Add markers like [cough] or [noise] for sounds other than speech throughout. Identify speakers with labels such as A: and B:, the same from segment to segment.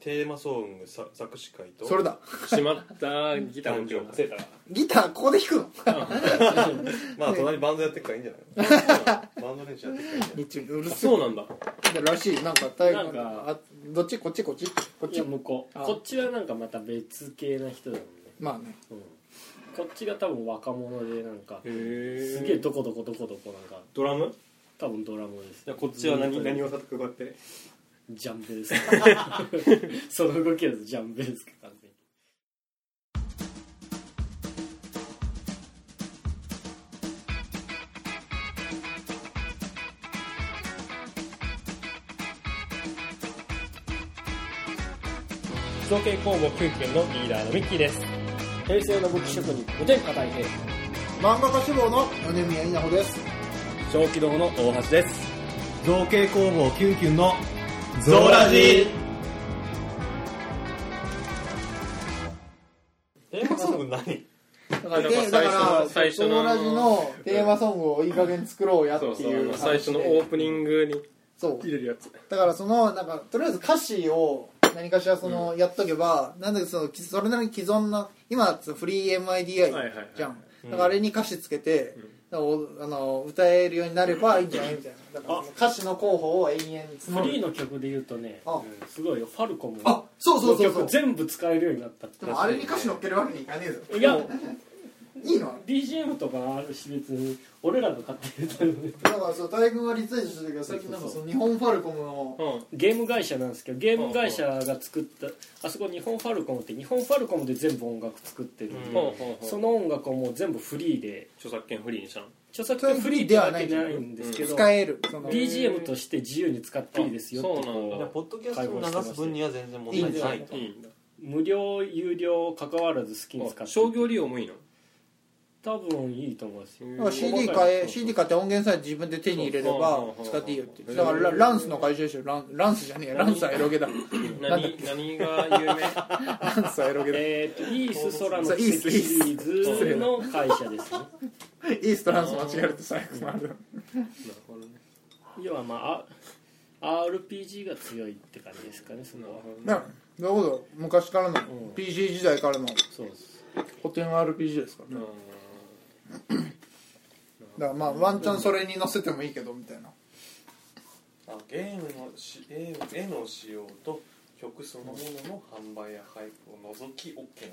A: テーマソングさ作詞会と
B: それだ
C: しまったギターの今日忘れたわ
B: ギターここで弾くの
A: まあ隣バンドやってっからいいんじゃ
B: [laughs]
A: ないバンド練習やってっからいいんじゃない
B: 日中にうる
C: あ
B: せ
C: そうなんだ
B: えらしいなんか大
D: なんか
B: あどっちこっちこっちこっ
D: い
B: ち
D: や向こう
B: あ
D: こっちはなんかまた別系な人だもんね、
B: まあね
D: うん、こっちが多分若者でなんか
C: へ
D: すげえどこどこどこどこなんか
C: ドラム
D: 多分ドラムです
C: じゃあこっちは何
D: うん
C: 何を叩くかこうやって
D: ジャンベです [laughs] その動きだとジャンベですか完全に
C: 造形工房クンクンのリーダーのミッキーです
D: 平成の武器職人おでんかたい平
B: 漫画家志望の米宮稲穂です
C: 小規道の大橋です
E: 造形工房キュンキュンのゾ
A: テーマソング何
B: だから
C: なんか
B: でだから
C: 最初の
B: ソーラジのテーマソングをいい加減作ろうやって
C: そうそうあ
B: いう
C: の最初の
B: 話で
C: オープニングに
B: そう
C: 入れるやつ
B: だからそのなんかとりあえず歌詞を何かしらそのやっとけば、なんだけどそのきそれなりに既存な今だとフリー MIDI じゃん、
C: はいはいはい
B: だからあれに歌詞つけて、だからおあの歌えるようになればいいんじゃないみたいなだからその歌詞の候補を永遠に
D: フ
B: 募
D: リー
B: る
D: の曲で言うとね
B: あ
D: うんすごいよファルコム
B: あそうそうそうそう
D: の曲全部使えるようになったって
B: でもあれに歌詞乗っけるわけにいかねえぞ
D: いや
B: いいの
D: BGM とかあるし別に俺らが買ってるという
B: だからそう大君がリツイートしてたけど最近なんかその日本ファルコムの
C: うん
D: ゲーム会社なんですけどゲーム会社が作ったあそこ日本ファルコムって日本ファルコムで全部音楽作ってるんで、
C: ほうほうほ
D: そうの音楽をもう全部フリーで
C: 著作権フリーにしたの
D: 著作権フリーではないんですけど、
B: 使えるその
D: BGM として自由に使っていいですよって
C: そうなんだ
A: いや
D: こ
A: ポ
D: う
A: ッドキャストを流す分には全然問題ないと
C: いいんだ
D: 無料有料関わらず好きに使
C: あ
D: って
C: 商業利用もいいの
D: 多分いいと思いますよ
B: だから CD
D: そう
B: 買え CD 買って音源さえ自分で手に入れれば
C: そう
B: 使っていいよって
C: そう
B: だからラランスの会社でしょランランスじゃねえやランスはエロゲだなんだっ
C: 何何が有 [laughs] 名
B: ランスはエロゲだイ
D: えー、とイース空の奇跡シリーズの会社ですね
B: ーストランス間違えると最悪もある
D: 要はまああ RPG が強いって感じですかねその
B: なるほど昔からの PC 時代からの
D: そうです
B: 古典 RPG ですからねだからまあワンチャンそれに載せてもいいけどみたいな
A: あゲームのしゲーム絵の使用と曲そのものの販売や配布を除き OK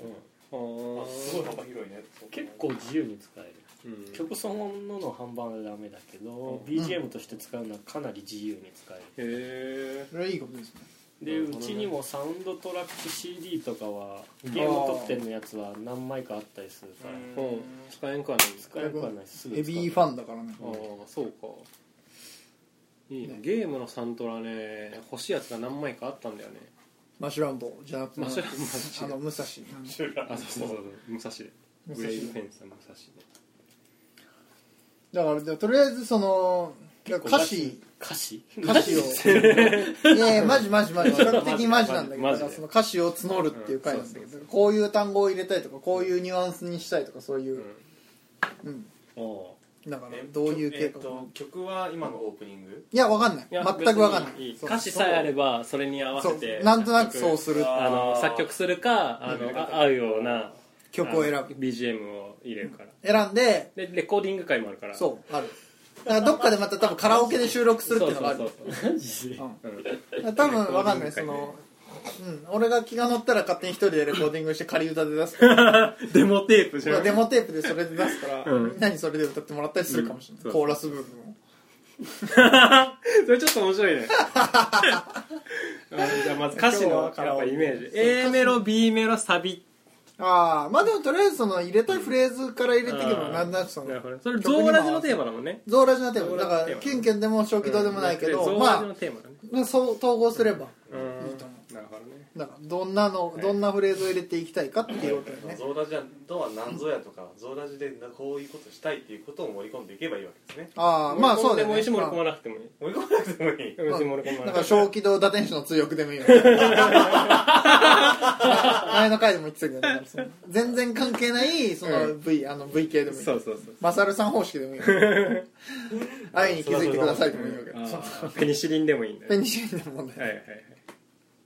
A: なの、
C: あ
A: あすごい幅広いね
D: 結構自由に使える
C: うん
D: 曲そのものの販売はダメだけど、BGM として使うのはかなり自由に使え
C: へえ
B: それはいいことですね
D: る、
C: うん
D: でうちにもサウンドトラック CD とかはゲーム特典のやつは何枚かあったりするから
C: うん使えんかない
D: 使えなくはないですすぐ
B: ヘ
D: 使う
B: ビーファンだからね
C: ああそうかいいねゲームのサントラね欲しいやつが何枚かあったんだよね
B: マシュランボじゃなくて
C: マシュランボ
B: あの武蔵
C: [laughs] あそうそうそう武蔵で
B: 武
C: ブ
B: 蔵
C: レイブフェンサー武蔵ね
B: だからじゃあとりあえずそのいや歌詞
D: 歌詞
B: 歌詞をいやいやマジマジマジ比較的マジなんだけど
C: マ
B: だか
C: ジマジ
B: らその歌詞を募るっていう回なんだけ
C: うんそう
B: どこういう単語を入れたいとかこういうニュアンスにしたいとかそういううん
D: おう
B: だからどういう
A: え
B: 計
A: っ
B: 画
A: と曲は今のオープニング
B: いやわかんない
C: いや
B: 全くわかんな
C: 別に
B: いそう
C: 歌詞さえあればそれに合わせ
B: そう
C: て
B: なんとなくそうする
C: あの作曲するかあのあ合うような
B: 曲を選
C: あの BGM を入れるから
B: ぶ選んで
C: でレコーディング会もあるから
B: そうあるだからどっかでまた多分カラオケで収録するってい
C: そ
B: ううのが
C: そ
B: あ
C: う
B: る
C: そう
D: マジで
C: うん
B: 多分わかんないそのうん、俺が気が乗ったら勝手に一人でレコーディングして仮歌で出すから
C: [laughs] デモテープじゃん
B: デモテープでそれで出すから、
C: うん
B: みんなにそれで歌ってもらったりするかもしれない、
C: うんそう
B: コーラス部分を
C: それちょっと面白いねうんじゃあまず歌詞のやっぱイメージ A メロ B メロサビ
B: ああまあでもとりあえずその入れたいフレーズから入れていけば
C: うん
B: なんとなくその
C: なるほどそれゾーラジのテーマだもんね
B: ゾーラジのテーマだ
C: ゾーラ
B: か
C: ジのテー
B: ら
C: マ
B: キュンキュンでも小気道でもないけど、
C: ゾーラジ
B: ま
C: のテーマだね
B: あそう統合すれば
C: うん
B: いいと思
C: なるほどね
B: うだからどんなの、どんなフレーズを入れていきたいかっていうことだよね
A: ゾーラジとは何ぞやとかゾーラジでこういうことしたいっていうことを盛り込んでいけばいいわけですね
B: ああまあそうだ
C: で
B: よ
C: もいいし
B: ね
C: 盛り
B: ま
C: 込まなくてもいい
A: 盛り込まなくてもいい
C: 別に盛り込ま
B: あだから
C: なくても
B: 小気道打天使の通訳でもいいよ
C: [laughs]
B: 前の回でも言ってたけどだからその全然関係ないその V、あの V 系でもいい
C: そうそうそう
B: マサルさん方式でもいいよ
C: [laughs]
B: 愛に気づいてくださいでもいいわけ
C: あーペニシリンでもいいんだ
B: ペ
C: よ
B: ニシリンの問題
C: はいはいはい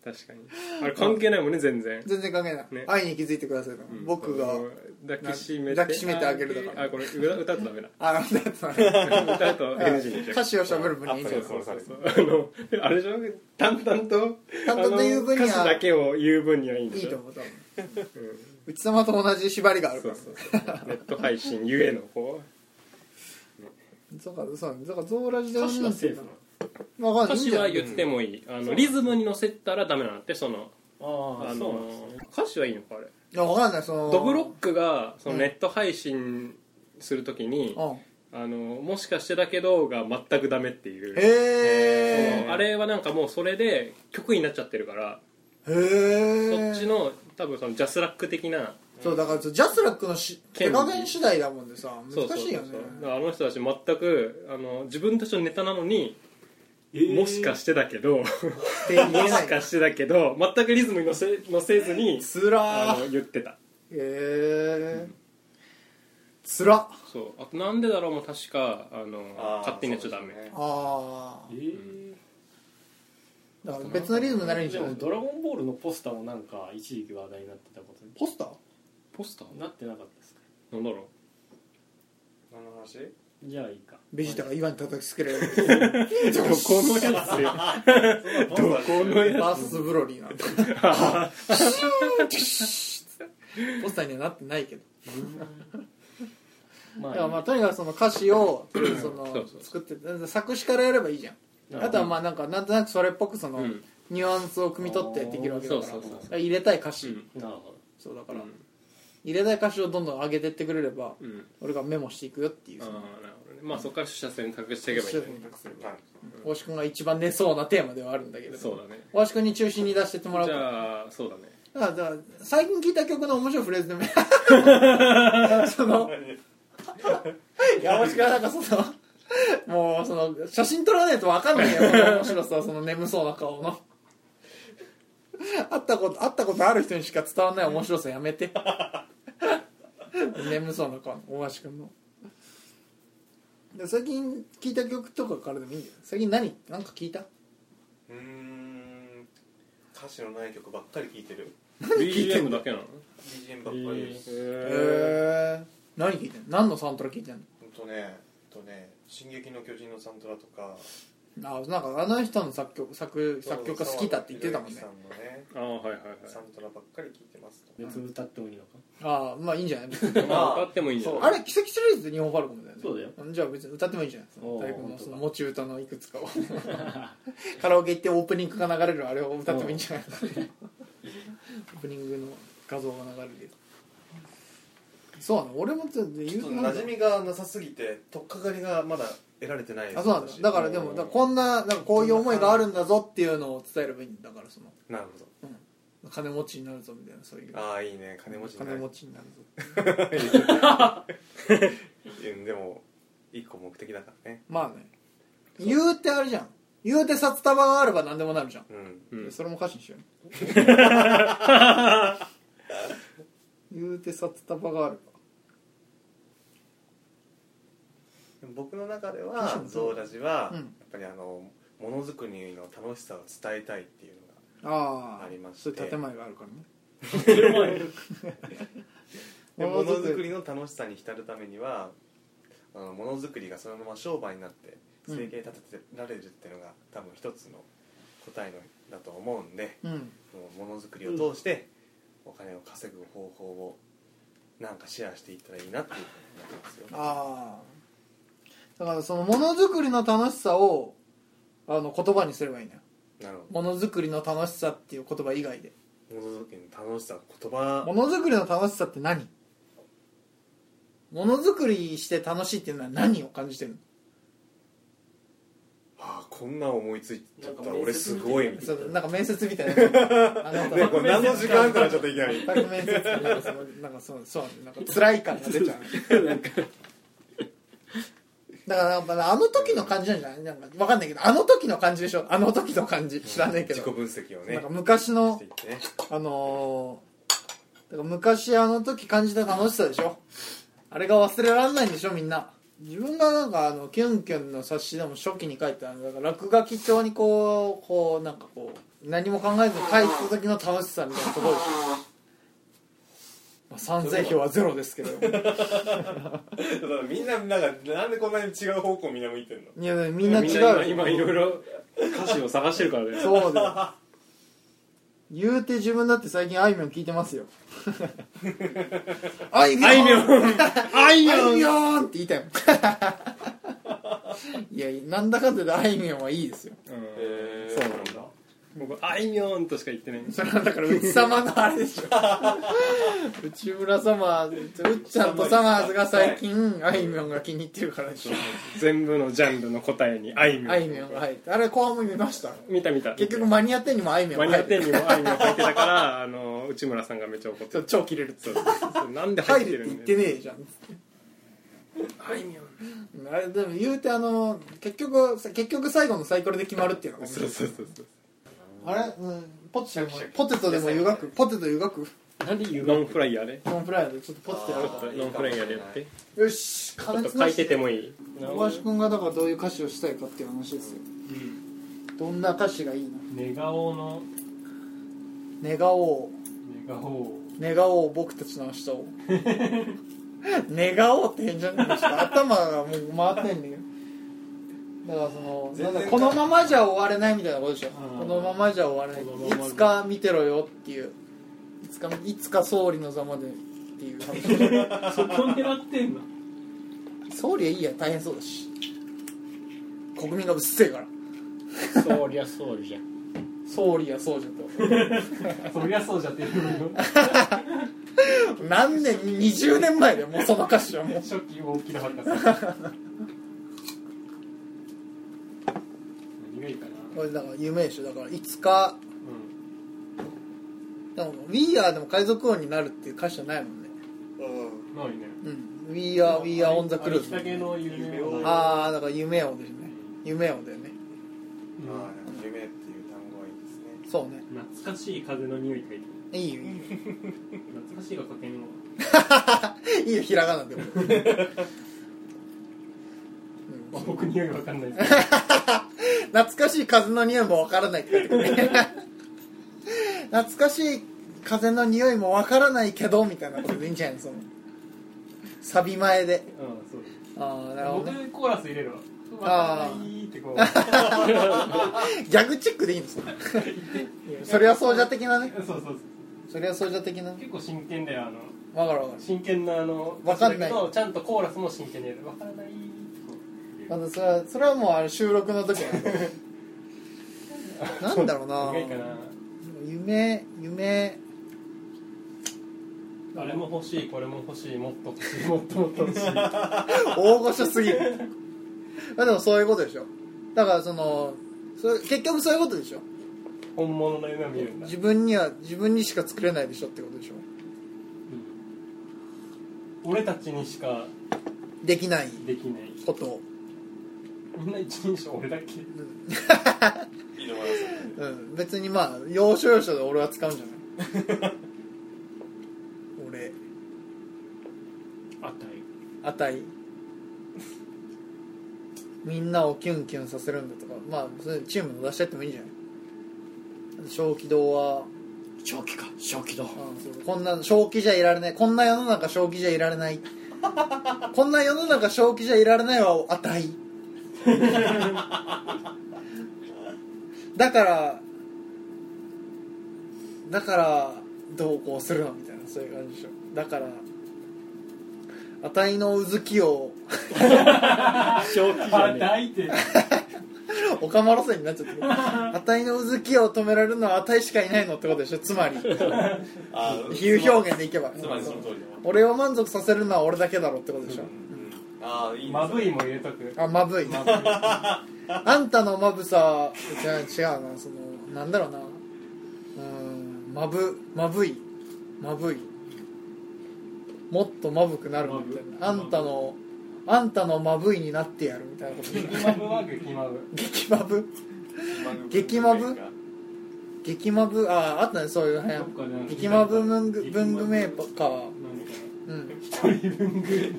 C: 確かにあれ関係ないもんね全然
B: 全然関係ない、
C: ね
B: 愛に気づいてくださいだから、
C: うん
B: 僕が
C: 抱きしめて
B: 抱きしめてあげるだから
C: あこれ歌歌うとダメだ
B: あのだってね
C: [laughs] 歌うと NG でしょ
B: 歌詞をしゃべる分にいいんじゃない
C: そうそうそうそうあのあれでしょ淡々と
B: 淡々と言う分には
C: あの歌詞だけを言う分にはいいんで
B: い
C: し
B: い
C: ょ
B: と思う多分うち様と同じ縛りがあるか
C: そ
B: ら
C: うそうそうネット配信ゆえのこ
B: そうかそうだからゾーラジで
D: 歌詞はセーフな
B: まあ
C: う
B: わかん
C: 歌
B: ないいいん
C: 詞
B: じゃな
C: はい言ってもいいあのリズムに乗せたらダメなんだってその
D: のあ
C: あ
D: あそうなん
C: の
D: ですね
C: 歌詞はいいのかあれ
B: いやわかんないその
C: ドブロックがその
B: うん
C: ネット配信するときに、
B: うん
C: あのもしかしてだけどが全くダメっていう
B: へ
C: もう
B: え
C: あれはなんかもうそれで曲になっちゃってるから、
B: へえ
C: そっちの多分そのジャスラック的な
B: そうだからジャスラックのし手加減次第だもんでさ
C: そうそう
B: 難
C: そ
B: し
C: う
B: い
C: そ
B: よ
C: う
B: ね
C: だからあの人たち全くあの自分たちのネタなのに、もしかしてだけども
B: って言えない
C: しかしてだけど全くリズムに乗せ乗せずに
B: つら
C: あ
B: ー
C: の言ってた
B: へえつらあ
C: そうあとなんでだろうも確かあの
A: [laughs] あー
C: 勝手にやっちゃダ
A: そ
C: メ、
A: うですね
B: あ
D: えー
B: ーだから別のリズムになるんじ
D: で
B: ゃな
D: も
B: い
D: 「ドラゴンボール」のポスターもなんか一時期話題になってたことに
B: ポスター
C: ポスター
D: なってなかったですか
C: なんだろう
A: 何の話
D: じゃあいいか
B: ベジータが岩に叩きつけられる
C: [laughs] どこのやつよどこのや
B: バースブロリー
C: [laughs]
B: なんだシューンってシューンポスターにはなってないけど
D: ま
B: だ
D: あ
B: からまあとにかくその歌詞をそ
C: そう
B: の
C: そう
B: 作ってだから作詞からやればいいじゃん
D: なるほど
B: あとはまあなんかなんとなくそれっぽくその
C: [laughs] うん
B: ニュアンスを汲み取ってできるわけだから
C: そうそうそうそう
B: だから入れたい歌詞、
C: うん
D: なるほ
B: そうだから、入れたい歌詞をどんどん上げてってくれれば
C: うん
B: 俺がメモしていくよっていう
C: あ
B: そ
C: あなる
B: の
C: ほどねまあそこから取捨選択していけばいいんだよね
A: はい
B: 大志くんが一番出そうなテーマではあるんだけれ
C: そう
B: ど
C: だね
B: 大志くんに中心に出してってもらう
C: じ
B: から
C: ゃあそうだね
B: だからだから最近聞いた曲の面白いフレーズ
C: [laughs]
B: でもそのいや大志くんはなんかそのもうその写真撮らないと分かんないよその面白さその眠そうな顔の会ったこと会ったことある人にしか伝わらない面白さやめて眠そうな顔の大橋君ので最近聴いた曲とかからでもいいんだよ最近何何か聞いた
A: うーん歌詞のない曲ばっかり聴いてる
C: BGM だけなの
A: BGM ばっかりです、
B: へ
C: へ
B: え何聴いてんの何のサントラ聴いてんの
A: ほんとねほんとね「進撃の巨人」のサントラとか
B: あなんかあの人の作曲作作曲家好きだって言ってたもんね
A: 沢野弘之さんのね
C: ああはいはいはい
A: サントラばっかり聴いてますと
D: ど別に歌ってもいいのか
B: ああまあいいんじゃない
C: まあ歌ってもいいんじゃ
A: そう
C: な
B: あ
C: い
B: れ奇跡シリーズで日本ファルコムだよね
D: そうだよ
B: じゃあ別に歌ってもいいんじゃないですか
D: おー
B: 大工のそ
D: 本当
B: の
D: だ
B: 持ち歌のいくつかを [laughs] カラオケ行ってオープニングが流れるあれを歌ってもいいん
A: [laughs]
B: じゃないですかオープニングの画像が流れるそうなの俺もちょっと言
A: ちょっと
B: う
A: 馴染みがなさすぎて取っかかりがまだ得られてないです
B: あそうなんだ
A: 私
B: だからでもだからこんななんかこういう思いがあるんだぞっていうのを伝えればいいんだだからその
A: なるほど
B: 金持ちになるぞみたいなそういう
A: ああいいね金持ちにな
B: 金
A: る
B: 持ちになるぞ
A: うんでも一個目的だからね
B: まあね言うてあれじゃん言うて札束があれば何でもなるじゃん
A: うん
C: うん
B: それも歌詞に
A: [laughs]
B: しよう言うて札束がある
A: でも僕の中ではゾウラジは
B: うん
A: やっぱりあのものづくりの楽しさを伝えたいっていうのが
B: ああ
A: ありまして
B: そういう建前があるからね
A: [laughs] で
B: も
A: も
B: の
A: の
B: づ
A: づ
B: く
A: く
B: り
A: りの楽しさに浸るためにはあのものづくりがそのまま商売になって
B: うん
A: 生計立てられるっていうのが多分一つの答えのだと思うんで
B: うん
A: もうものづくりを通してお金を稼ぐ方法をなんかシェアしていったらいいなっていうふうに思ってますよ
B: ああだからそのものづくりの楽しさをあの言葉にすればいいんだよ
A: なるほ
B: ものづくりの楽しさっていう言葉以外で
A: どものづくりの楽しさ言葉
B: ものづくりの楽しさって何ものづくりして楽しいっていうのは何を感じてるの
A: ああこんなん思いついちゃったら
D: なんか
A: 俺すごいみたい
B: そうなんか面接みたい
A: [laughs]
B: なあの
A: なねこれ何の時間からちょっといきなり
B: 全く面接ってなんかそのなんかそうそうなんか辛い感が出ちゃうだからやっぱあの時の感じなんじゃないなんかわかんないけどあの時の感じでしょあの時の感じ知らないけ
A: 自
B: ど
A: 己、分析をね
B: なんか昔の
A: していってね
B: あのーだから昔あの時感じた楽しさでしょあれが忘れられないんでしょみんな自分がなんかあのキュンキュンの冊子でも初期に書いてあるだから落書き帳にこうこうなんかこう何も考えずに帰った時の楽しさみたいなところでしょ、まあ、3000票はゼロですけど
A: だからみんななんかなんでこんなに違う方向みんな向いてんの
B: いやみんな違うよ
C: みんな今今いろいろ歌詞を探してるからね
B: そう [laughs] だよ言うて自分だって最近あいみょん聞いてますよあいみょん
C: あいみょんあいみ
B: あいみ
C: ょん
B: ょんって言いたいもんいやなんだかんだであいみょんはいいですよ
C: うんそうなんだ僕あいみょんとしか言ってない
B: それはだからうち様のあれでしょ内村様うっちゃんとサマーズが最近あいみょんが気に入ってるからでしょ
C: 全部のジャンルの答えにあいみょん
B: あいみょんが入ってあれ後半も見ました
C: 見た見た
B: 結局間に合ってんにもあいみょん
C: マ
B: が
C: ニア
B: 入って
C: 店
B: る
C: にもあいみょん入ってたからあの内村さんがめっちゃ怒って
B: そう
C: る
B: 超切れる
C: そうそうそうなんで
B: 入
C: 入って
B: るって言
C: るん
B: っ
C: だ
B: て
C: よ
B: ねえじゃん
C: あいみょん
B: あれでも言うてあの結局結局最後のサイコロで決まるっていうのが
C: そうそうそうそう
B: あれ、うん、ポテトでもポテトでも湯がくポテト湯がく
D: なんで言うの
C: ノンフライヤーね
B: ノンフライヤーでちょっとポテトやろう
A: あー
C: ノンフライヤーでやってち
B: かよし加
C: ょっと
B: 熱
C: 書
B: ないして
C: てもいい
B: 小林君がだからどういう歌詞をしたいかっていう話ですよ、どんな歌詞がいいの
C: 寝顔の
B: 願おう
C: 寝顔
B: 願おう僕たちの明日を [laughs] 願おうって変じゃないですか頭がもう回ってんねんだからその
A: 全然
B: なんだこのままじゃ終われないみたいなことでしょ
C: うん
B: このままじゃ終われない
C: このまま
B: いつか見てろよっていういつかいつか総理の座までっていう話 [laughs]
C: そこ狙ってんの
B: 総理はいいや大変そうだし国民がうっせえから
D: そりゃそうじゃん
B: 総理はそうじゃんって
C: そりゃそうじゃって言うよ
B: [laughs] 何年20年前だよもうその歌詞はもう
C: 初期大きな博士何がいいかな
B: これだから夢でしょだからいつか
C: うん
B: でも「We Are」でも海賊王になるっていう歌詞はないもんね
A: うん
C: ないね
B: うん「We Are」「We Are on the
C: ありき
B: cruise
C: たけ」の夢を
B: ああだから夢をですね夢をだよね
A: ああ夢っていう単語はいいですね
B: そうね
C: 懐かしい風の匂いがいい
B: いいよいいよ
C: 懐かしいが書けんの
B: いいよひらがなでも、うん
C: 僕匂いわかんないです
B: [laughs] 懐かしい風の匂いもわからないって書いてくるね懐かしい風の匂いもわからないけどみたいなことでいいんじゃないのそのサビ前で
C: うんそうです
B: ああなるほどね
C: 僕コーラス入れるわ
B: あー
C: わかんないってこう
B: ギャグチックでいいんですよそれはそうじゃ的なね
C: そうそうそう
B: それはそうじゃ的なね
C: 結構真剣であの
B: わかるわかる
C: 真剣なあの
B: わかんない
C: 歌詞だけどちゃんとコーラスも真剣にやるわからないってこう
B: まだそれはそれはもうあれ収録の時なんで [laughs] なんだろうな
C: 意外か
B: 夢夢
C: なあれも欲しいこれも欲しいもっと
B: [laughs]
C: 欲しいもっともっと欲しい
B: 大御所すぎる [laughs] まあでもそういうことでしょだからそのそれ結局そういうことでしょ
C: 本物の夢を見るんだ
B: 自分には自分にしか作れないでしょってことでしょ
C: 俺たちにしか
B: できない
C: できない
B: ことを
C: みんな一人称俺だけ
A: いいのもある
B: うん別にまあ要所要所で俺は使うんじゃない
C: [laughs]
B: 俺
D: あたい
B: あたいみんなをキュンキュンさせるんだとかまあそういうチームの出し合ってもいいんじゃない正気堂は
D: 正気か正気だ
B: あそうこんな正気じゃいられないこんな世の中正気じゃいられないこんな世の中正気じゃいられないはあたいだからだからどうこうするのみたいなそういう感じでしょだからあたいのうずきを
D: 正気じゃね
C: いて
B: [laughs] おかま路線になっちゃったけどあたいのうずきを止められるのはあたいしかいないのってことでしょつまり
A: ああ
B: 比喩表現でいけば
A: つまりその通りだわ
B: 俺を満足させるのは俺だけだろってことでしょ
A: ああいい
C: まぶ
A: い
C: いも入れとく
B: あまぶいあんたのまぶさ違う違うなそのなんだろうなうーんまぶまぶいまぶいもっとまぶくなるみたいなあ
C: まぶ
B: んたのあんたのまぶいになってやるみたいなことでしょ [laughs]
C: 激まぶは激まぶ
B: 激まぶ激
A: 激
B: ま
A: ま
B: ぶ
A: ぶ
B: 激まぶあああったねそういう
C: どっかでなん
B: 辺
C: か
B: 激まぶ文具文具メーカー
C: 何か
B: うん
C: 一人分ぐらい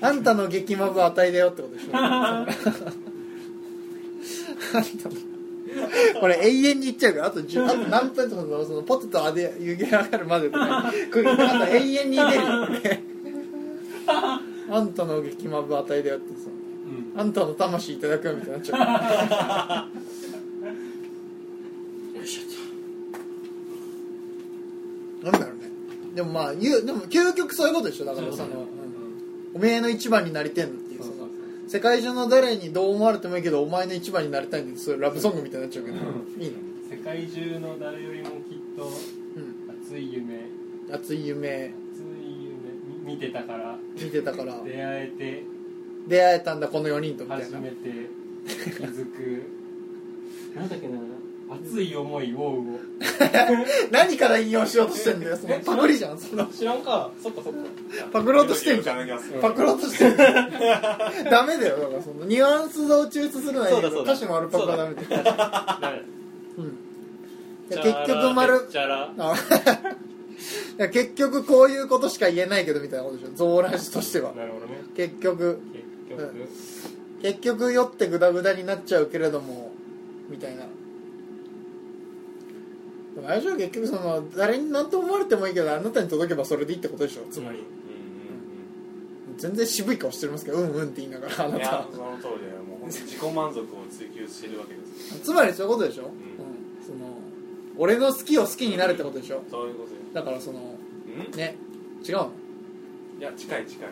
B: あんたの激
C: [laughs]
B: マブ値だよってことでしょあんたのこれ永遠にいっちゃうからあと10あと何分とかのそのポテトあで湯気上がるまでとかこれあと永遠に出
C: [laughs]
B: るよねあんたの激まぶ値だよってさあんたの魂いただくよみたいになっちゃうなんだろうねでもまあ言うでも究極そういうことでしょだからその、うんおめえの一番になりてんのっていうその世界中の誰にどう思われてもいいけどお前の一番になりたいんでそういうラブソングみたいになっちゃうけどいいの
F: 世界中の誰よりもきっと
B: う
F: 熱い夢
B: ん熱い夢
F: 熱い夢み見てたから
B: 見てたから
F: 出会えて
B: 出会えたんだこの4人とみたい
F: 初
B: な
F: めて気づくなんだっけな熱い思いウォーウ
B: 何から引用しようとしてんだよそのパクリじゃんその
F: ォ知らんかそっかそっか
B: パクろうとしてんじゃん
A: いろいろいろいろ
B: パクろうとしてんじ [laughs] ゃんダメだよだからそのニュアンスを抽出するのはいいけ
F: そ
B: ど
F: うだそうだ
B: 歌詞のアルパカはダメだようんいや結
F: 丸
B: 局丸
F: チャラ
B: あ [laughs] いや結局こういうことしか言えないけどみたいなことでしょゾーラジとしては
F: なるほどね
B: 結局
F: 結局
B: 結局酔ってグダグダになっちゃうけれどもみたいなでもあれでしょ結局その誰に何と思われてもいいけどあなたに届けばそれでいいってことでしょつまり全然渋い顔してますけどうんうんって言いながらあ
A: うんうん
B: ない
A: や
B: た
A: その通りだよもう本当に自己満足を追求してるわけですよ
B: つまりそういうことでしょ、うん
A: ん
B: その俺の好きを好きになるってことでしょ
A: そういうことよ
B: だからその
A: うん
B: ね違うの
A: いや近い近い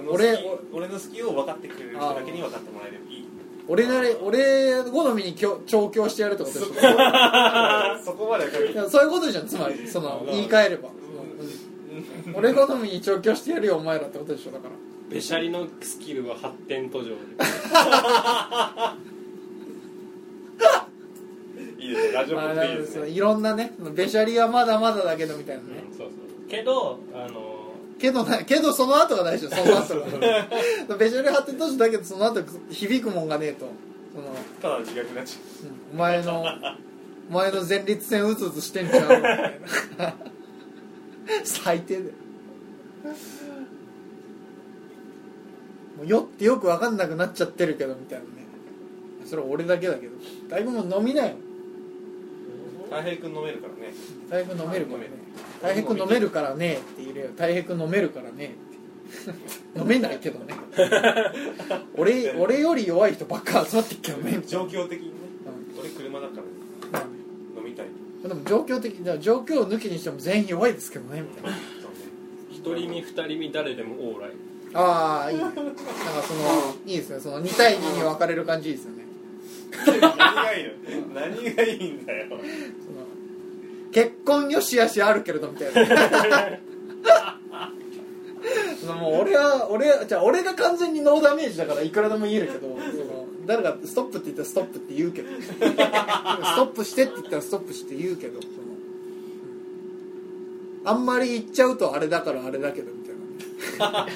B: うん
A: 俺の好き
B: 俺
A: 俺の好きを分かってくれる人だけに分かってもらえればいい
B: 俺なり俺好みにきょ調教してやるってことでし
A: [laughs] そ
B: ょ
A: こまでは限
B: いやそういうことじゃんつまりその言い換えれば、うん俺好みに調教してやるよお前らってことでしょだから
C: べしゃりのスキルは発展途上で
A: いいですよラジオっ
B: まあ、
A: ぽくていいです
B: その
A: ね
B: いろんなねベシャリはまだまだだけどみたいなね、
F: そうそうけどあの
B: けどなけどその後が大事よその後
A: [laughs]
B: がベシャリ発展途中だけどその後響くもんがねえとその、
A: ただ自虐になっちゃう
B: うんお前のお前の前立腺うつうつしてんじゃんみたいな最低だよもう酔ってよく分かんなくなっちゃってるけどみたいなねそれは俺だけだけどだいぶもう飲みなよ
A: 太平君飲めるからね
B: 大平くん飲めるからね大平くん飲めるからねって入れよう大平くん飲めるからねって飲めないけどね俺俺より弱い人ばっか集まってっけどね
A: 状況的にね
B: う
A: 俺車だからね飲みたい
B: でも状況的じゃあ状況を抜きにしても全員弱いですけどねみたいな
A: そうね
C: 一人身二人身誰でもオーライ
B: ああいいねなんかそのいいですねその2対2に分かれる感じいいですよね
A: 何がいいの何がいいんだよ
B: その結婚よしよしあるけれどみたいな [laughs] そのもう俺は俺はじゃあ俺が完全にノーダメージだからいくらでも言えるけどその誰がストップって言ったらストップって言うけどストップしてって言ったらストップして言うけどそのあんまり言っちゃうとあれだからあれだけどみたいなね、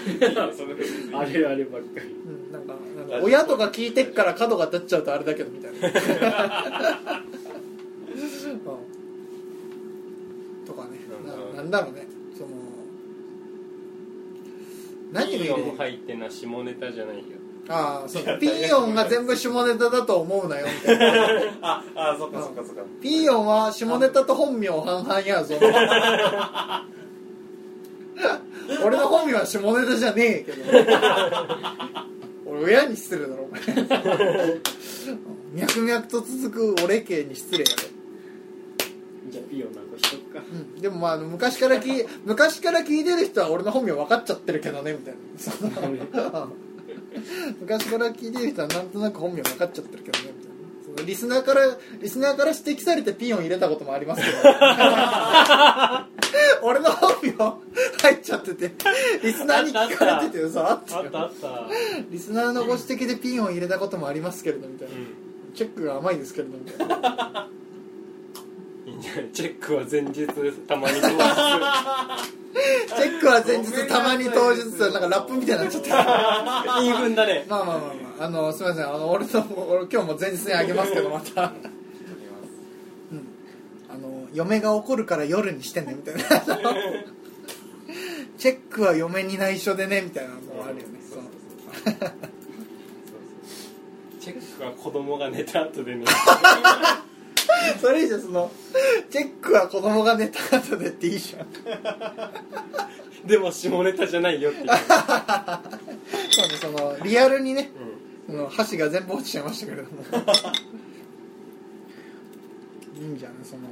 A: それ別に
D: あれあればっかり
B: うん、なんかなんか親とか聞いてっから角が立っちゃうとあれだけどみたいな、 [laughs] うんとかねななんだろうねその何を入
C: いい
B: れ
C: の
B: て
C: も入ってな下ネタじゃないよ [laughs]
B: ああそうピーヨンが全部下ネタだと思うなよみたいな
A: ああそっかそっかそっか
B: ピーヨンは下ネタと本名半々やぞ俺の本名は下ネタじゃねえけど俺親に失礼だろお前脈々と続く俺系に失礼だろ
D: じゃあピーヨンなんかしとくか
B: うんでもまああの昔から聞い昔から聞いてる人は俺の本名分かっちゃってるけどねみたいなそ
D: [laughs]
B: の [laughs] 昔から聞いてる人はなんとなく本名分かっちゃってるけどねみたいなそのリスナーからリスナーから指摘されてピンを入れたこともありますけ
F: [laughs]
B: ど俺の本名入っちゃっててリスナーに聞かれてて嘘あった
F: あ
B: よ
F: ったあった
B: リスナーのご指摘でピンを入れたこともありますけれどみたいな、チェックが甘いですけれどみたいな
C: うんいいんじゃないチェックは前日たまに
B: [laughs]
C: 当日
B: チェックは前日たまに当日なんかラップみたいになっちゃった言い分だねまあまあまあまああのすみませんあの俺の俺今日も前日にあげますけどまたあの嫁が怒るから夜にしてねみたいなあのチェックは嫁に内緒でねみたいなのもあるよねそう [laughs]
C: チェックは子供が寝た後でね
B: それ以上そのチェックは子供が寝た後でっていいじゃん
C: でも下ネタじゃないよっていう、
B: そうねそのリアルにね
C: うん
B: その箸が全部落ちちゃいましたけれどもいいんじゃないその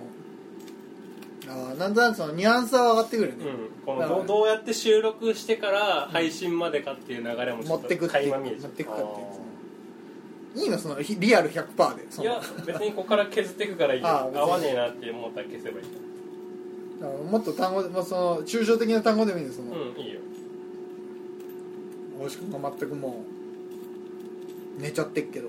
B: あーなんとなくそのニュアンスは上がってくるね、
C: うん、このどうどうやって収録してから配信までかっていう流れもち
B: 持
C: ょっ
B: ってく
C: と
B: っていう
C: 垣間
B: 持
C: 見えちゃ
B: っ
C: う
B: てくかっていういいのそのひリアル100%でそ
C: いや
B: の
C: 別にここから削っていくからいいよ
B: あ
C: 合
B: ー別に
C: わねえなって思ったら消せばいい
B: あのもっと単語でもうその抽象的な単語でもいいんですその、
C: うんいいよ
B: 大石君が全くもう寝ちゃってっけ
C: [laughs]
B: ど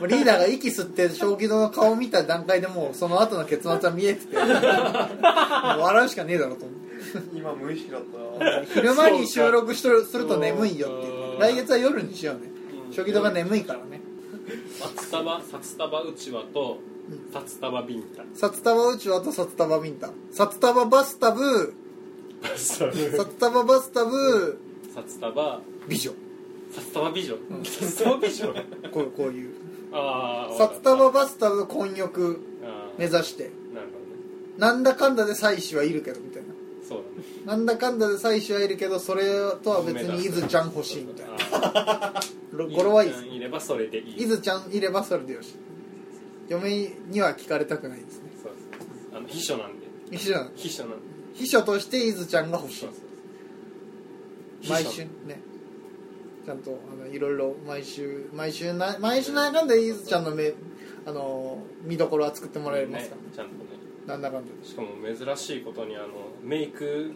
B: もうリーダーが息吸って小気道の顔見た段階でもうその後の結末は見えててもう笑うしかねえだろと思って
A: 今無意識だったな
B: 昼間に収録しとるすると眠いよって
C: う
B: い
C: ん
B: う来月は夜にしようね小気道が眠いからね
C: 札束札束うちわと札束ビンタ
B: 札束うちわと札束ビンタ札束バスタブ札束バスタブ
C: 札束
B: 美女
C: 札束美女札束美女
B: こうこういう
C: [laughs] ああ
B: 札束バスタブ混浴目指して
C: なるほどね
B: なんだかんだで妻子はいるけどみたいな
C: そうだね
B: なんだかんだで妻子はいるけどそれとは別に伊豆ちゃん欲しいみたいな
C: な
B: 語呂はいいです
C: いればそれでいい
B: 伊豆ちゃんいればそれでよし嫁には聞かれたくないですね
C: そうそうあの秘書なんで
B: 秘書なの
C: 秘書なんで
B: 秘書として伊豆ちゃんが欲し
C: そう
B: い
C: そう秘
B: 毎
C: 書
B: 週ねちゃんとあのいろいろ毎週毎週な毎週なんだかんだ伊豆ちゃんの目あの見どころは作ってもらえますから、
C: ねちゃんとね
B: なんだかんだで
C: しかも珍しいことにあのメイク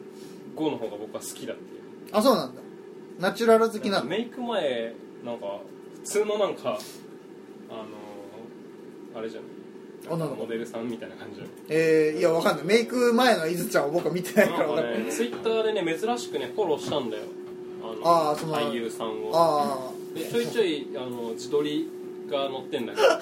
C: 後の方が僕は好きだっていう
B: あそうなんだナチュラル好きなんだ
C: メイク前なんか普通のなんかあのあれじゃない
B: 女の子
C: モデルさんみたいな感じじゃない
B: えー、いやわかんないメイク前の伊豆ちゃんを僕は見てないから
C: な
B: わ
C: ん
B: か
C: か
B: んない、
C: ねツイッターでね珍しくねフォローしたんだよ
B: あ
C: あの
B: ーその
C: 俳優さんを
B: あ
C: でちょいちょいあの自撮りが載って
B: [laughs]
C: んだけどあの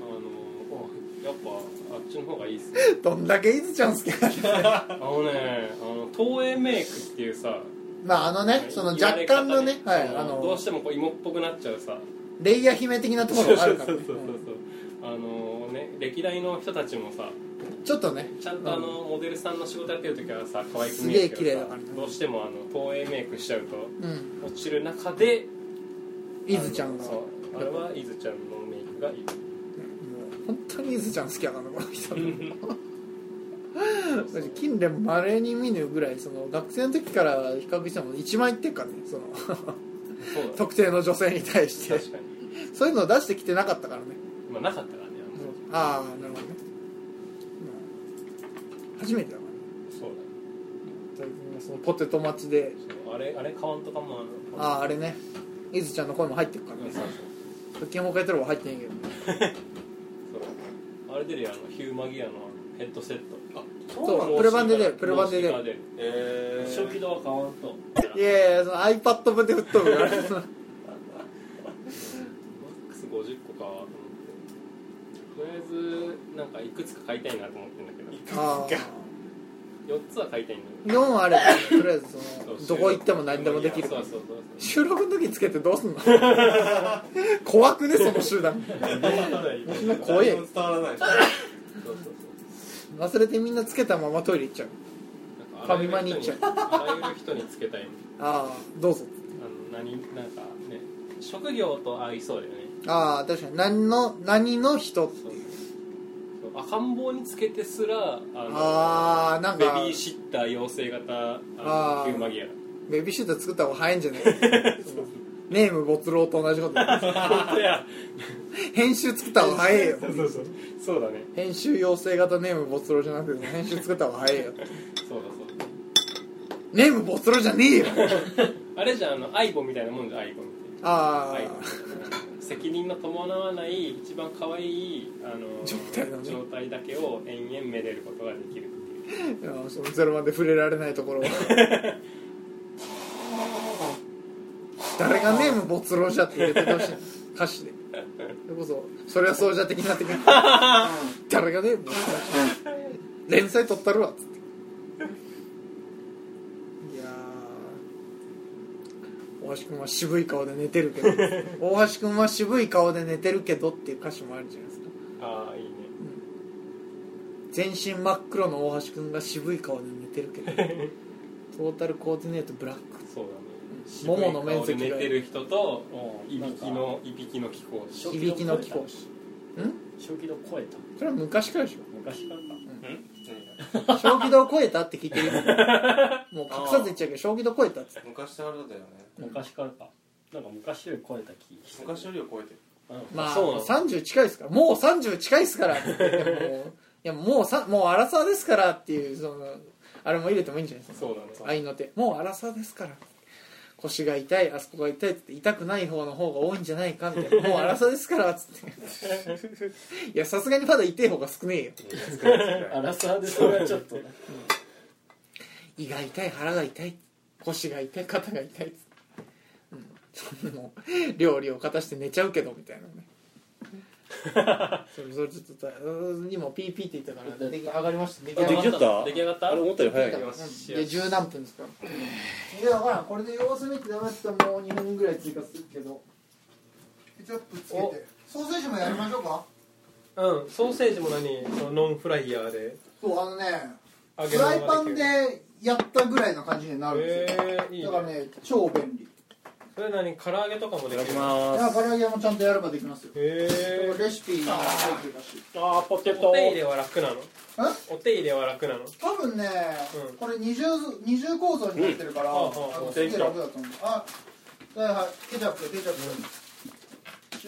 C: あやっぱあっちの方がいいっすね
B: あどんだけ伊豆ちゃん好きなんだ
C: あのねあの東映メイクっていうさ
B: まああのねその若干のね
C: 言わ
B: は
C: れ方
B: いあ
C: どう
B: の
C: してもこう芋っぽくなっちゃうさ
B: レイヤー姫的なところがあるから、ね、
C: そうそうそうそうあのね歴代の人たちもさ
B: ちょっとね
C: ちゃんとあのモデルさんの仕事やってる時はさ可愛く
B: す
C: 見
B: げ
C: え
B: え
C: る
B: 綺
C: け
B: 麗
C: ど
B: だ
C: さ
B: からね
C: どうしてもあの東映メイクしちゃうと
B: うん
C: 落ちる中で
B: 伊豆ちゃんが
C: あの
B: も
C: そうあれは伊豆ちゃんのメイクがいいう
B: 本当に伊豆ちゃん好きやからこの人マジ近年まれに見ぬぐらいその学生の時から比較しても一番言ってるからねその [laughs]
C: そうだね
B: 特定の女性に対
C: [laughs]
B: して
C: 確かに
B: そういうのを出してきてなかったからね
C: まあなかったからねあ
B: あ
C: んま
B: あなるほどね、まあ初めてだからね
C: そうだね
B: 最近はそのポテト待ちで
C: そうあれあれ買わんとかも
B: あああれね伊豆ちゃんの声も入ってくから
C: うん
B: ね
C: そうそう
B: 腹筋崩壊とるは入ってないけど
C: そうあれ出るよあのヒューマギアのヘッドセットあ
B: そうプレ版で出るプレ版で出る
C: る
A: え
D: 正気
A: ー、
D: 度は変わんと
B: いやいやその iPad 分で吹っ飛
C: [laughs]
B: ぶから
C: マックス50個かと思ってとりあえずなんかいくつか買いたいなと思ってんだけど
B: ああ
C: 4つは買いたいんだけ
B: 4あればとりあえず
C: ど
B: そのどこ行っても何でもできる
C: そうそうそう
B: 収録の時つけてどうすん
C: [laughs]
B: の怖くねその集団
C: そう
B: みんな怖え
A: 伝わらないで
C: そうそう
B: 忘れてみんなつけたままトイレ行っちゃう
C: そうなんかあらゆる人
B: ファミ
C: あらゆる人につけたいの
B: ああどうぞ
C: あの何なんかね職業と合いそうだよね
B: ああ確かに何の何の人
C: そうそう赤ん坊につけてすらあ
B: ああなん
C: ベビ
B: か
C: ーシッター養成型あの
B: あー
C: ヒューマギア
B: ベビーシート作った方が早いんじゃない
C: [laughs]
B: そのネーム没浪と同じことだ
C: 本当や
B: 編集作った方が早いよ
C: そうそうそうだね
B: 編集養成型ネーム没浪じゃなくて編集作った方が早いよ
C: そうだそうだ
B: ネーム没浪じゃね
C: [laughs]
B: えよ
C: あれじゃあのアイボみたいなもんじゃんアイボみ
B: あ
C: た
B: あ
C: いなアイボみたいな責任の伴わない一番可愛いあの
B: 状態だね
C: 状態だけを延々めでることができるっていう
B: いやそのゼロまで触れられないところ誰がネーム没浪じゃって入れてほしい歌詞でそれこそそれはそうじゃ的な的な
C: [laughs]
B: 誰がネーム没浪じゃ連載取ったるわっつっていやー大橋君は渋い顔で寝てるけ
C: [laughs]
B: ど大橋君は渋い顔で寝てるけどっていう歌詞もあるじゃないですか
F: ああいいね
B: 全身真っ黒の大橋君が渋い顔で寝てるけ
F: [laughs]
B: どトータルコーディネートブラック
F: そうだね
B: ももの面積
F: 寝
B: が
F: てる人とい
D: な
F: び
D: んか
F: きのいびきの気候
D: 正
B: 響きの気候
D: 超
F: [laughs]
D: え
B: ん
D: た正気度超えた
B: それは昔からでしょ
D: 昔からか
B: 小気道超えたって聞い
F: [laughs]
B: てるもう隠さず言っちゃうけど小気道超えたっつって
A: 昔からだよね
D: 昔からかなんか昔より超えた気がす
A: 昔よ
D: る
A: りは超えてる
D: うん
B: まあ
C: そうなの
B: 30近いですからもう30近いですからもういやもうさもう荒沢ですからっていうそのあれも入れてもいいんじゃないですか
F: そうだね
B: 愛の手もう荒沢ですから腰が痛いあそこが痛いっつって痛くない方の方が多いんじゃないかみたいなもう荒沢ですからっつっていやさすがにまだ痛い方が少ねえよ
D: アラサーでそれはちょっと
B: 胃が痛い腹が痛い腰が痛い肩が痛いっつってうんその料理を片して寝ちゃうけどみたいなね [laughs] それそれちょっとだうん今 PP って言ったから出来上がりました出来上
G: できちゃっ
B: がった
F: 出来上がった
G: あれ思ったより早い
B: た
G: けど
B: うんで十何分ですからでだからこれで様子見てダメだったらもう2分ぐらい追加するけど
H: ケチャップつけてソーセージもやりましょうか
F: うんソーセージも何そのノンフライヤーで
H: そうあのね
F: 揚げ
H: フ
F: 物
H: ライパン
F: が
H: でやったぐらいな感じになるん
F: で
H: で
F: き
H: す
F: るへえいい
H: よだから
F: ね
H: ね超便利
F: それ何唐揚げとかもできる
G: いただきま
H: だ
G: す
H: から唐揚げもちゃんとやればできますよ
F: へえ
H: レシピに入ってるらしい
D: ああポテ
F: お
D: ト
F: 手入れは楽なのお手入れは楽なの
H: 多分ね、
F: うん
H: これ二重二重構造になってるから、
F: うん
H: あ
F: うん
H: のすげえ楽だと思うあはいはいケチャップケチャップ、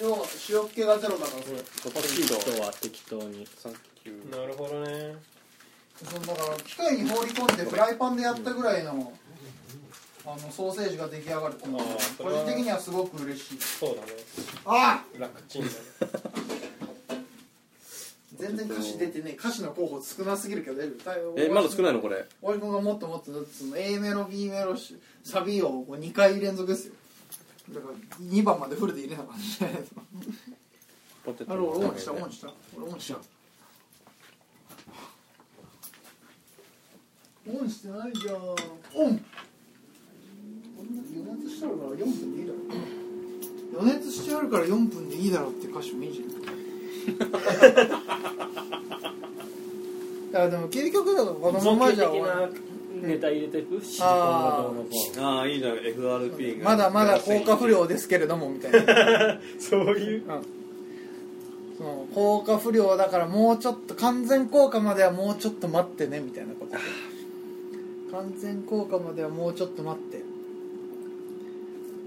H: 塩塩っ気がゼロだからそれ、
G: ポテト
D: 今日は適当に
A: サンキュー
F: なるほどね
H: そのだから機械に放り込んでフライパンでやったぐらいの、あのソーセージが出来上がるっていうのは
F: あーそ
H: 個
F: れは
H: 人的にはすごく嬉しい
F: そうだね
H: あ
F: 楽ちんだね
H: [laughs] 全然歌詞出てね歌詞の候補少なすぎるけど大丈夫
G: えまだ少ないのこれ
H: おいくんがもっともっとだってその A メロ B メロしサビをこう2回連続ですよだから2番までフルで入れなかったじゃないですか
G: ポテ
H: あ
G: ト
H: れ俺オンした
G: ね
H: オンした俺オンしたオンしてないじゃんオン余熱してあるから4分でいいだろ余熱してあるから4分でいいだろって歌詞もいい [laughs] じゃんだからでも究極だとこのままじゃ
D: 造形
H: 終わる
D: 的なネタ入れてくシリコンがどうのこうの
G: ああいいじゃん FRP が
B: まだまだ効果不良ですけれどもみたいな
F: [laughs] そういう
B: その効果不良だからもうちょっと完全効果まではもうちょっと待ってねみたいなことで完全効果まではもうちょっと待って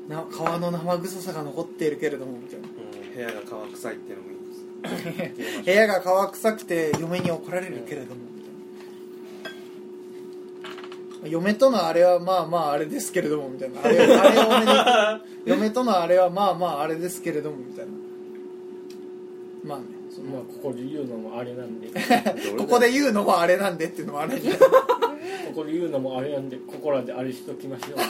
B: な皮の生臭さが残っているけれどもみたい
A: う
B: な
A: ん部屋が乾臭いっていうのもいいです
B: [laughs] 部屋が川臭くて嫁に怒られるけれども、みたいな嫁とのあれはまあまああれですけれどもみたいなあれあれ [laughs] をめで嫁とのあれはまあまああれですけれどもみたいなまあねその
D: まあここで言うのもあれなんで [laughs] こ
B: ここで言うのもあれなんでっていうのもあれじゃん
D: こで言うのもあれなんでここらであれしときましょう
B: こ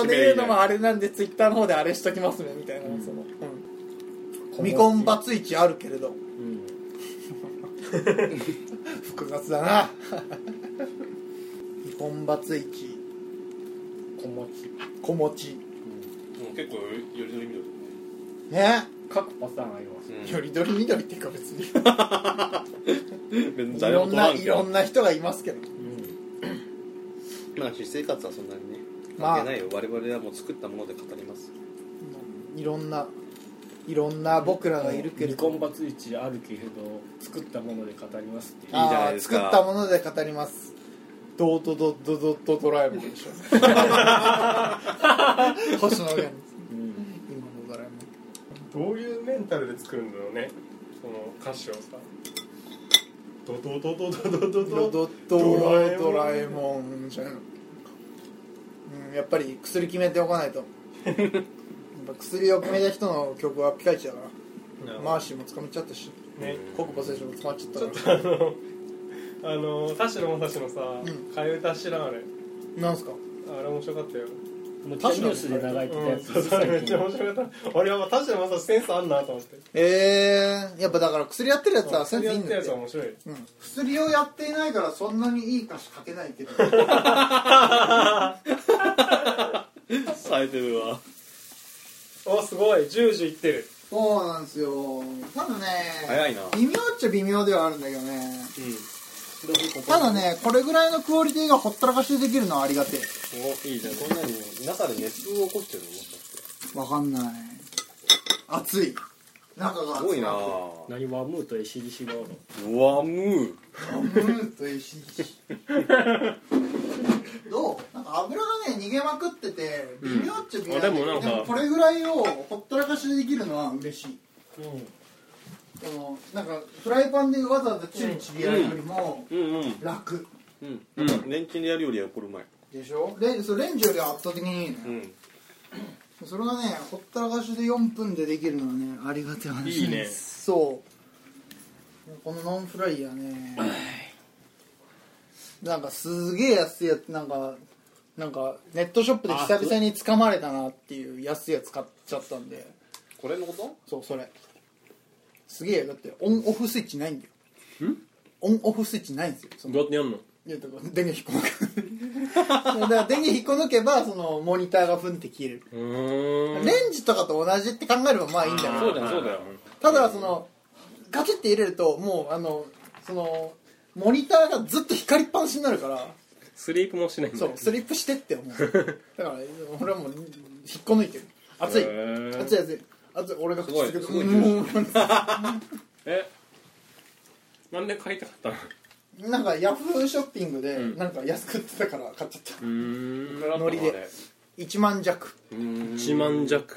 B: こで言うのもあれなんでツイッターの方であれしときますねみたいな、その、うん、未婚バツイチあるけれど
D: うん
B: [laughs] 複雑だな未婚バツイチ
D: 小持ち
B: 子持ち
A: もう結構よりよりどりみどり
B: ね
D: 各パターンあります
A: だね
B: よりどりみどりっていうか別に
A: [laughs]
G: 別に
B: い
G: 誰も
B: ろん
G: 取ら
B: なん
G: け
B: い
G: ど
B: ろんな人がいますけど
G: まあ私生活はそんなにね
B: まあ
G: 関係ないよ我々はもう作ったもので語ります
B: いろんないろんな僕らがいるけれ
D: 離
B: ど
D: 婚バツイチあるけれど作ったもので語りますっていう
G: いいじゃな
B: あ
G: い
B: あ
G: です
B: 作
G: か
B: ったもので語りますドートドドドドドラえもんで [laughs] しょ星野源
D: うん
B: 今のドラえもん
F: どういうメンタルで作るんだろうねその歌詞をさドドドドドドド
B: ド
F: ド
B: ドドラドラえもんじゃないのうんやっぱり薬決めておかないとやっぱ薬を決めた人の曲はピカイチだからマーシーも捕まっちゃったし
F: ね
B: ココパ選手も捕まっちゃったから
F: あのあの田代正史のさ
B: うん
F: 替え歌知らんあれ
B: なんすか
F: あれ面白かったよ
D: めっちゃニュースで流れてた
F: う
D: や
F: ん
D: つ
F: そう
D: です
F: そうめ
D: 最
F: っちゃ
D: 近
F: 面白かった俺は田代正史センスあんなと思って
B: えー、やっぱだから薬やってるやつはセンスいい
F: やっ
B: ん
F: た
B: だ
F: や
B: っ
F: つ
B: て
F: は面白い
H: 薬をやっていない
G: [laughs]
H: からそんなにいい歌詞書けないけど
A: 冴えてるわ
I: おすごい10時いってる
B: そうなんですよただね
A: 早いな
B: 微妙っちゃ微妙ではあるんだけどね
D: どういうこと
B: ただねこれぐらいのクオリティがほったらかしでできるのはありがてえ
A: おいいじゃんこんなに中で熱風起こしてるのもしかして
B: わかんない熱い中が
A: すごいな
B: う
D: 何ワムーと ACDC があるの
A: わむ
B: ーっと石
A: [laughs]
B: どうなんか油がね逃げまくってて微妙っちゃ微妙だけど、
C: あでもなんか
B: これぐらいをほったらかしでできるのは嬉しい
D: うん
B: このなんかフライパンでわざわざチリチリやるよりも
A: うんうん
B: 楽
A: うんなんかレンチンでやるよりはこれうまい
B: でしょレンそうレンジよりは圧倒的にいいね、
A: うん
B: それがねほったらかしで4分でできるのはねありがたい話なんですそうこのノンフライヤーねなんかすげえ安いやつなんかなんかネットショップで久々に掴まれたなっていう安いやつ買っちゃったんで
A: これのこと
B: そうそれすげえよだってオンオフスイッチないんだよオンオフスイッチないんですよその
C: どうやってやんの
B: いやだから電源引っこ抜く [laughs] だから電源引っこ抜けばそのモニターがふんって消える
C: うーん
B: レンジとかと同じって考えればまあいいんだけど
A: だよそうだよ
B: ただそのガチって入れるともうあのそのモニターがずっと光りっぱなしになるから
C: スリープもしないんだ
B: そう
C: よ
B: スリップしてって思うだから俺はもう引っこ抜いてる熱い
C: へー
B: 熱い熱い熱い俺がす
A: ごいすごい
C: えなんで買いたかったの
B: なんかヤフーショッピングでなんか安く売ってたから買っちゃった
C: うーん
B: ノリで1万弱
C: 1万弱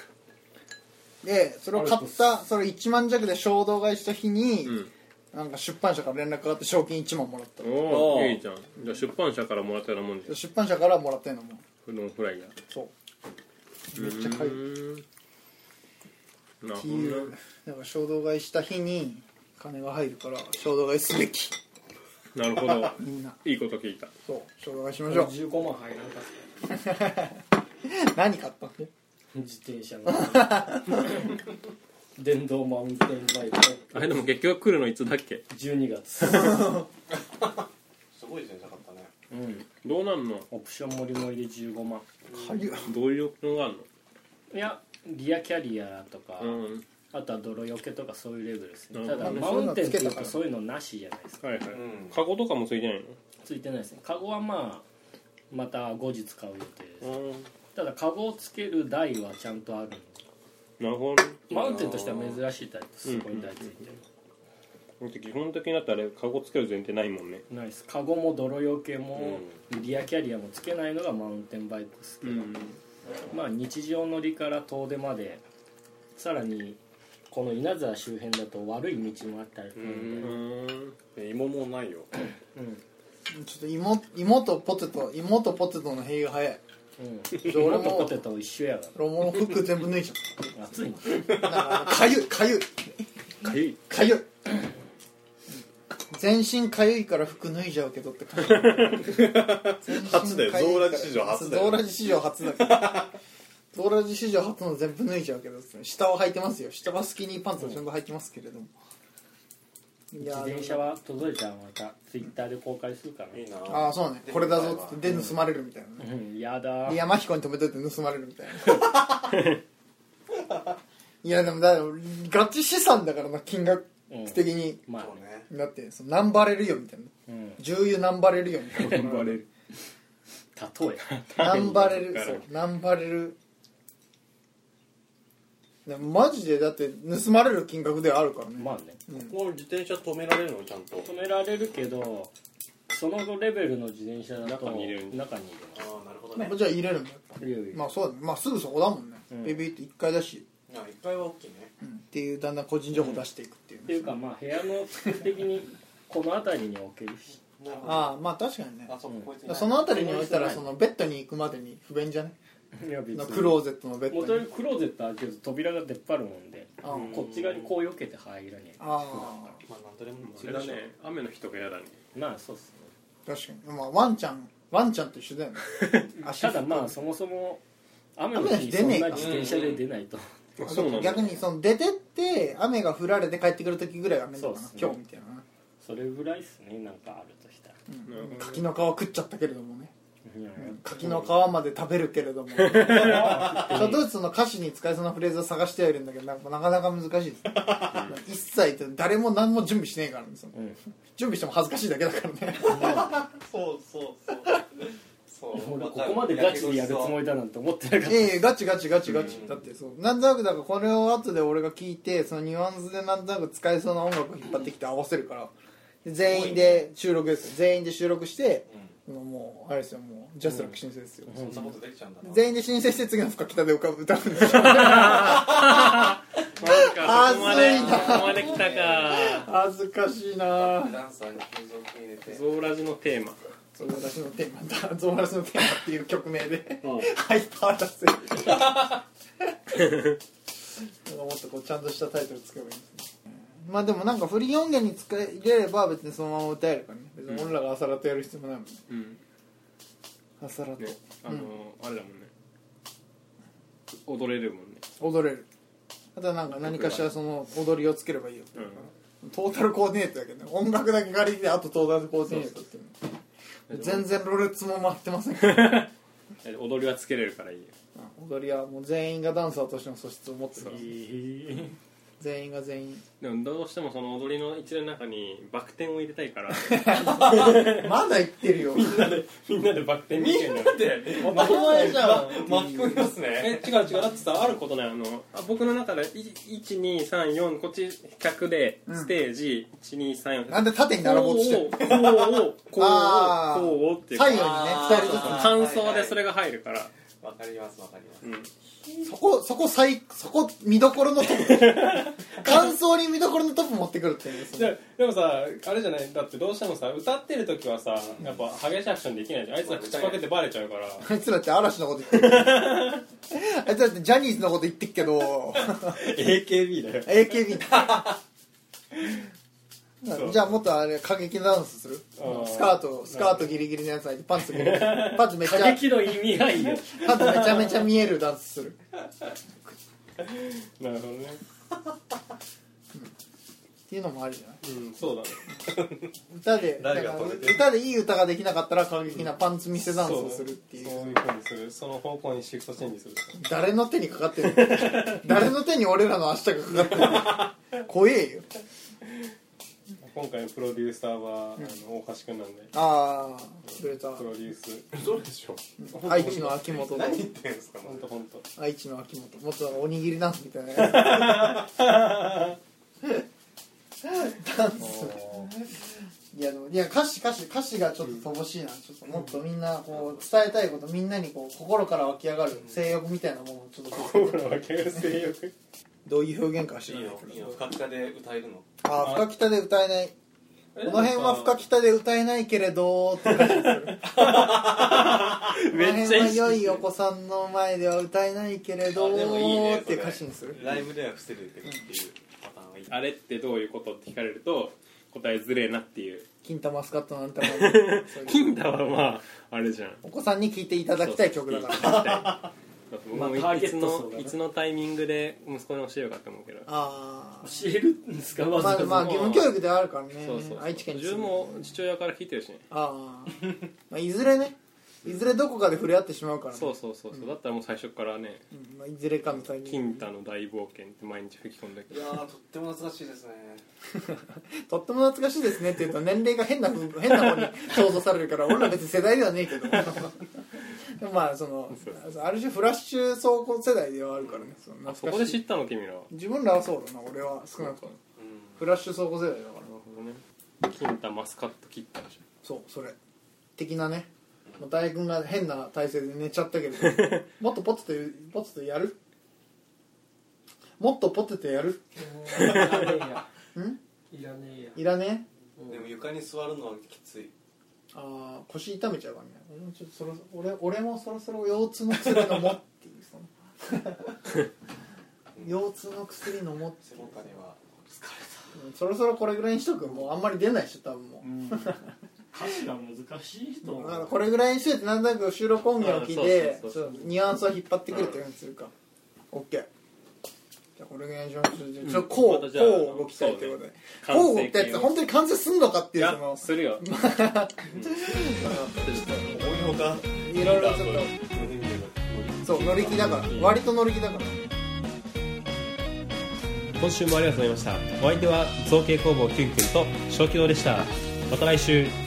B: でそれを買ったそれ1万弱で衝動買いした日に、
C: ん
B: なんか出版社から連絡があって賞金1万もらった
C: お
A: あ
C: お
A: ー
C: いいじゃんじゃあ出版社からもらったようなもんじゃん
B: 出版社からもらったようなもん
C: フロンフライヤ
B: そうめっちゃ買いっ
C: ーなる
B: て
C: ほどね
B: いうなんか衝動買いした日に金が入るから衝動買いすべき
C: な
B: [laughs]
C: るほど
B: みんない
C: いこと聞いた
B: そう衝動買いしましょう
D: 15万入らなかっ
B: 何買ったの
D: た自転車
C: [laughs]
D: の電動マウンテンバイク
C: あれでも結局来るのいつだっけ
D: 12月
J: すごい電車買ったね
D: うん
C: どうなんの
D: オプションもりもりで15万
C: どういうのがある
D: いやリアキャリアとか、
C: のうん
D: あとは泥よけとかそういうレベルですね、
C: うん
D: ただマウンテンっていうとそういうのなしじゃないですか
C: はいはい
J: ん
C: カゴとかもついてない
D: ついてないですねカゴはまあまた後日買う予定です、
C: のうん
D: ただカゴをつける台はちゃんとあるの
C: なるほどね
D: マウンテンとしては珍しいタイプすごい台ついてる、
C: だって基本的にだってあれカゴつける前提ないもんね
D: ないですカゴも泥よけも、リアキャリアもつけないのがマウンテンバイクですけど、まあ日常乗りから遠出までさらにこの稲沢周辺だと悪い道もあったりするん [laughs] で、
C: ん
A: え芋もうないよ
D: うん
B: ちょっと芋芋とポテト芋とポテトの塀が早い
D: うん、俺もポテト一緒やか
B: ロモの服全部脱いじ
D: ら熱いの
B: ゃったなんかかゆいかゆい
C: かゆい
B: かゆい全身かゆいから服脱いじゃうけどって感じ
A: 初だよゾーラジ史上初だよ
B: ゾーラジ史上初だけどゾーラジ史上初の全部脱いじゃうけどですね下は履いてますよ下はスキニーパンツを全部履いてますけれども、いや
D: 自転車は届いたらまたツイッターで公開するから、
J: いいな
B: ああそうねこれだぞっつってで盗まれるみたいなね
D: うん、やだ
B: で山彦に止めといて盗まれるみたいな
D: [laughs]
B: いやでもだからガチ資産だからな金額的に、
D: まあ
J: そう
D: ね
J: ね
B: だってその何バレるよみたいな
D: うん
B: 重油何バレルよみたいな
C: バレる
D: 例え [laughs]
B: 何バレルそう何バレルでもマジでだって盗まれる金額ではあるからね、
D: まあね
B: うん
A: ここ自転車止められるのちゃんと
D: 止められるけどそのレベルの自転車だと
C: 中に入れる
D: 中に入
J: ああなるほどね
B: じゃあ入れるんだ
D: れるいやいや
B: まあそうだねまあすぐそこだもんね、
D: うん
B: ビビって1回だし、
J: あ一回は大きいね
B: うんっていうだんだん個人情報出していくっていう
D: っ
B: ね、
D: ていうかまあ部屋の作り的にこの辺りに置けるし
J: なるほど
B: ああまあ確かにね
J: あそうこいつい
B: だ
J: ない
B: からその辺りに置いたらそのベッドに行くまでに不便じゃね
D: いや別
B: のクローゼットのベッ
D: 元
B: ド
D: よ
B: に
D: りクローゼット開けると扉が出っ張るもんで
B: あ
D: こっち側にこう避けて入らねえ
B: あ
J: まあなんとでも
C: それだね雨の日とかやだね
D: まあそうっすね
B: 確かにまあワンちゃんワンちゃんと一緒だよね足
D: [laughs] ただまあそもそも雨の日そ
B: 雨の日出ね
D: ん
B: え
D: な
B: か
D: 自転車で出ないと
C: あそうなんだ
B: 逆にその出てって雨が降られて帰ってくる時ぐらいが雨だな、
D: そうっすね
B: 今日みたいな
D: それぐらいっすねなんかあるとしたら
B: 柿の皮食っちゃったけれどもね柿の皮まで食べるけれども植物の歌詞に使えそうなフレーズを探してはいるんだけどなんかなかなか難しいです一切誰も何も準備しねえからねその
D: うん
B: 準備しても恥ずかしいだけだからね
A: そうそうそうそう
D: 俺ここまでガチでやるつもりだなんて思ってなかっ
B: いやいやガチガチガチガチ、だってそうなんとなくだからこれを後で俺が聞いてそのニュアンスでなんとなく使えそうな音楽を引っ張ってきて合わせるからで全員で収録です全員で収録して、もうあれですよもうジャスラック申請ですよ、
A: そんなことできちゃうんだな
B: 全員で申請して次の深北で歌う歌うんですよ
C: あ
B: あずいな
C: ここまで来たか
B: 恥ずかしいな
A: ダンサーに金属入れて
C: ゾーラジのテーマ
B: ゾウラシのテーマだゾウラシのテーマっていう曲名で
C: うん
B: ハイパーラスもっとこうちゃんとしたタイトルつけばいいんですねまあでもなんかフリー音源に使えれれば別にそのまま歌えるからね別に俺らが朝ラとやる必要もないもんね
C: うん
B: 朝ラと
C: ねあのーあれだもんね踊れるもんね
B: 踊れるあとはなんか何かしらその踊りをつければいいよ
C: うん
B: トータルコーディネートだけどね音楽だけ借りてあとトータルコーディネートっていうの全然ロレッツも回ってませんから
C: え踊りはつけれるからいいよ
B: 踊りはもう全員がダンサーとしての素質を持って
C: そう
B: る全員が全員
C: でもどうしてもその踊りの一連の中にバク転を入れたいから
B: まだ言ってるよ
C: みんなでバク転みたいな
B: 当たり前じゃん
A: 巻き込みますね
C: え違う違うだってさあることないあのあ僕の中で1234こっち100で
B: うん
C: ステージ、1234
B: なんで縦に並ぼうとしてる
C: こうをこうをこう
B: あー
C: をこうをっていう
B: 左右にね
A: あー
B: 2人ずつ
A: そう
B: ね
C: 感想でそれが入るから、
A: わかりますわかります
B: そこそこ最そこ見どころのトップ感想に見どころのトップ持ってくるっていうねそ
C: じ
B: の
C: ゃでもさあれじゃないだってどうしてもさ歌ってる時はさやっぱ激しいアクションできないじゃんあいつは口パクってバレちゃうから
B: あいつらって嵐のこと言ってるあいつらってジャニーズのこと言ってっけど
C: AKB だよ
B: AKB
C: そう
B: じゃあもっとあれ過激なダンスする
C: あー
B: スカートスカートギリギリのやつ履いてパンツギリギ
C: [laughs]
B: リパンツめっち
D: た過
B: ゃ
D: 激の意味ないよ
B: パンツめちゃめちゃ見えるダンスする
C: なるほどね
B: っていうのもあるじゃない
C: うんそうだね
B: 歌
C: [laughs]
B: でだか
A: 誰
B: ら
A: が止めてる
B: 歌でいい歌ができなかったら過激なパンツ見せダンスをするっていう
C: そうそういうふうにするその方向にシフトチェンジする
B: 誰の手にかかってる誰の手に俺らの明日がかかって
C: [laughs]
B: る怖えよ
C: 今回のプロデューサーは、あの大橋君なんで
B: ああくれた
C: プロデュース
A: どうでしょう
B: 愛知の秋元と
A: 何言ってんすか
C: 本当本当。
B: 愛知の秋元もっとなんかおにぎりダンスみたい
A: [laughs]
B: なやついやでもいや歌詞歌詞歌詞がちょっと乏しいなちょっともっとみんなこう伝えたいことみんなにこう心から湧き上がる性欲みたいなものをちょっと
C: 心分けが性欲
B: どういう表現かは知
A: い
B: ら
A: い
B: ない
A: よ
B: けど
A: いいよ深々で歌えるの
B: ああ深北で歌えないこの辺は深北で歌えないけれどって感じでするこの辺は
C: めっちゃ意識してる
B: 良いお子さんの前では歌えないけれど
A: あでもいいね
B: っていう歌詞にする
A: ライブでは伏せるけどっていうパターンはいい
C: あれってどういうことって聞かれると答えずれえなっていう
B: 金玉マスカットなんてもん
C: [laughs]
B: そういう
C: 金太はまああれじゃん
B: お子さんに聴いていただきたい曲だ
C: [laughs]
B: から
C: だって
D: まあ
C: 僕もい
D: ターゲ
C: いつ
D: ット層
C: の
D: がね
C: いつのタイミングで息子に教えようかって思うけど
B: ああ
D: 教えるんですかわざ
B: ま
D: わ
B: あ
D: ざ、
B: まあ義務教育ではあるからね
C: そうそう
B: 愛知県に
C: 自
B: 住
C: 分
B: む
C: も父親から聞いてるしね
B: ああ、まあ、いずれねいずれどこかで触れ合ってしまうからね、
C: そうそうそうそうだったらもう最初からね
B: うんまあ、いずれかのタイ
C: 「
B: ミン
C: 金
B: グ
C: 太の大冒険」って毎日吹き込んだけ
A: いや
C: ど
A: ーとっても懐かしいですね
B: とっても懐かしいですねって言うと年齢が変なふう変な方に想像される
C: [laughs]
B: から俺ら別に世代ではねえけどでもまあそのある種フラッシュ走行世代ではあるからねその
C: あそ
B: 懐
C: こ
B: か
C: で
B: し
C: 知
B: い
C: ったの君らは
B: 自分らはそうだな俺は少なくとも
A: う
B: フラッシュ走行世代だから
C: なるほどね金太マスカット切ったじ
B: そうそれ的なねもう大君が変な体勢で寝ちゃったけ
D: [laughs]
B: どもっとポテトポテトやるもっとポテトやる
D: いらねえや
B: いらね
A: んでも床に座るのはきつい
B: あー腰痛めちゃうからね俺もちょっとそろ俺俺もそろそろ腰痛の薬飲もうっていうそ
D: [laughs]
B: の腰痛の薬飲もうって
A: 背もたれは
B: うんそろそろこれぐらいにしとくもうあんまり出ないでしょ多分も、
D: 歌詞が難しいうと
B: だからこれぐらいにしといてなんとなく収録音源を聞いて
C: あそうそうそう
B: ちょっとニュアンスを引っ張ってくるっていうふうにするか、オッケーじゃあこれぐらいにしましょうちょっとこう、
C: またじゃあ
B: こう動きたいということで
C: そうね
B: こう動きたいって本当に完成すんのかって
C: い
B: いうそ
C: や
B: の
C: するよ
B: ちょっと応援
A: ほ [laughs] か
B: いろいろちょっとそう乗り気だから割と乗り気だから
K: 今週もありがとうございましたお相手は造形工房キュンキュンと小規模でしたまた来週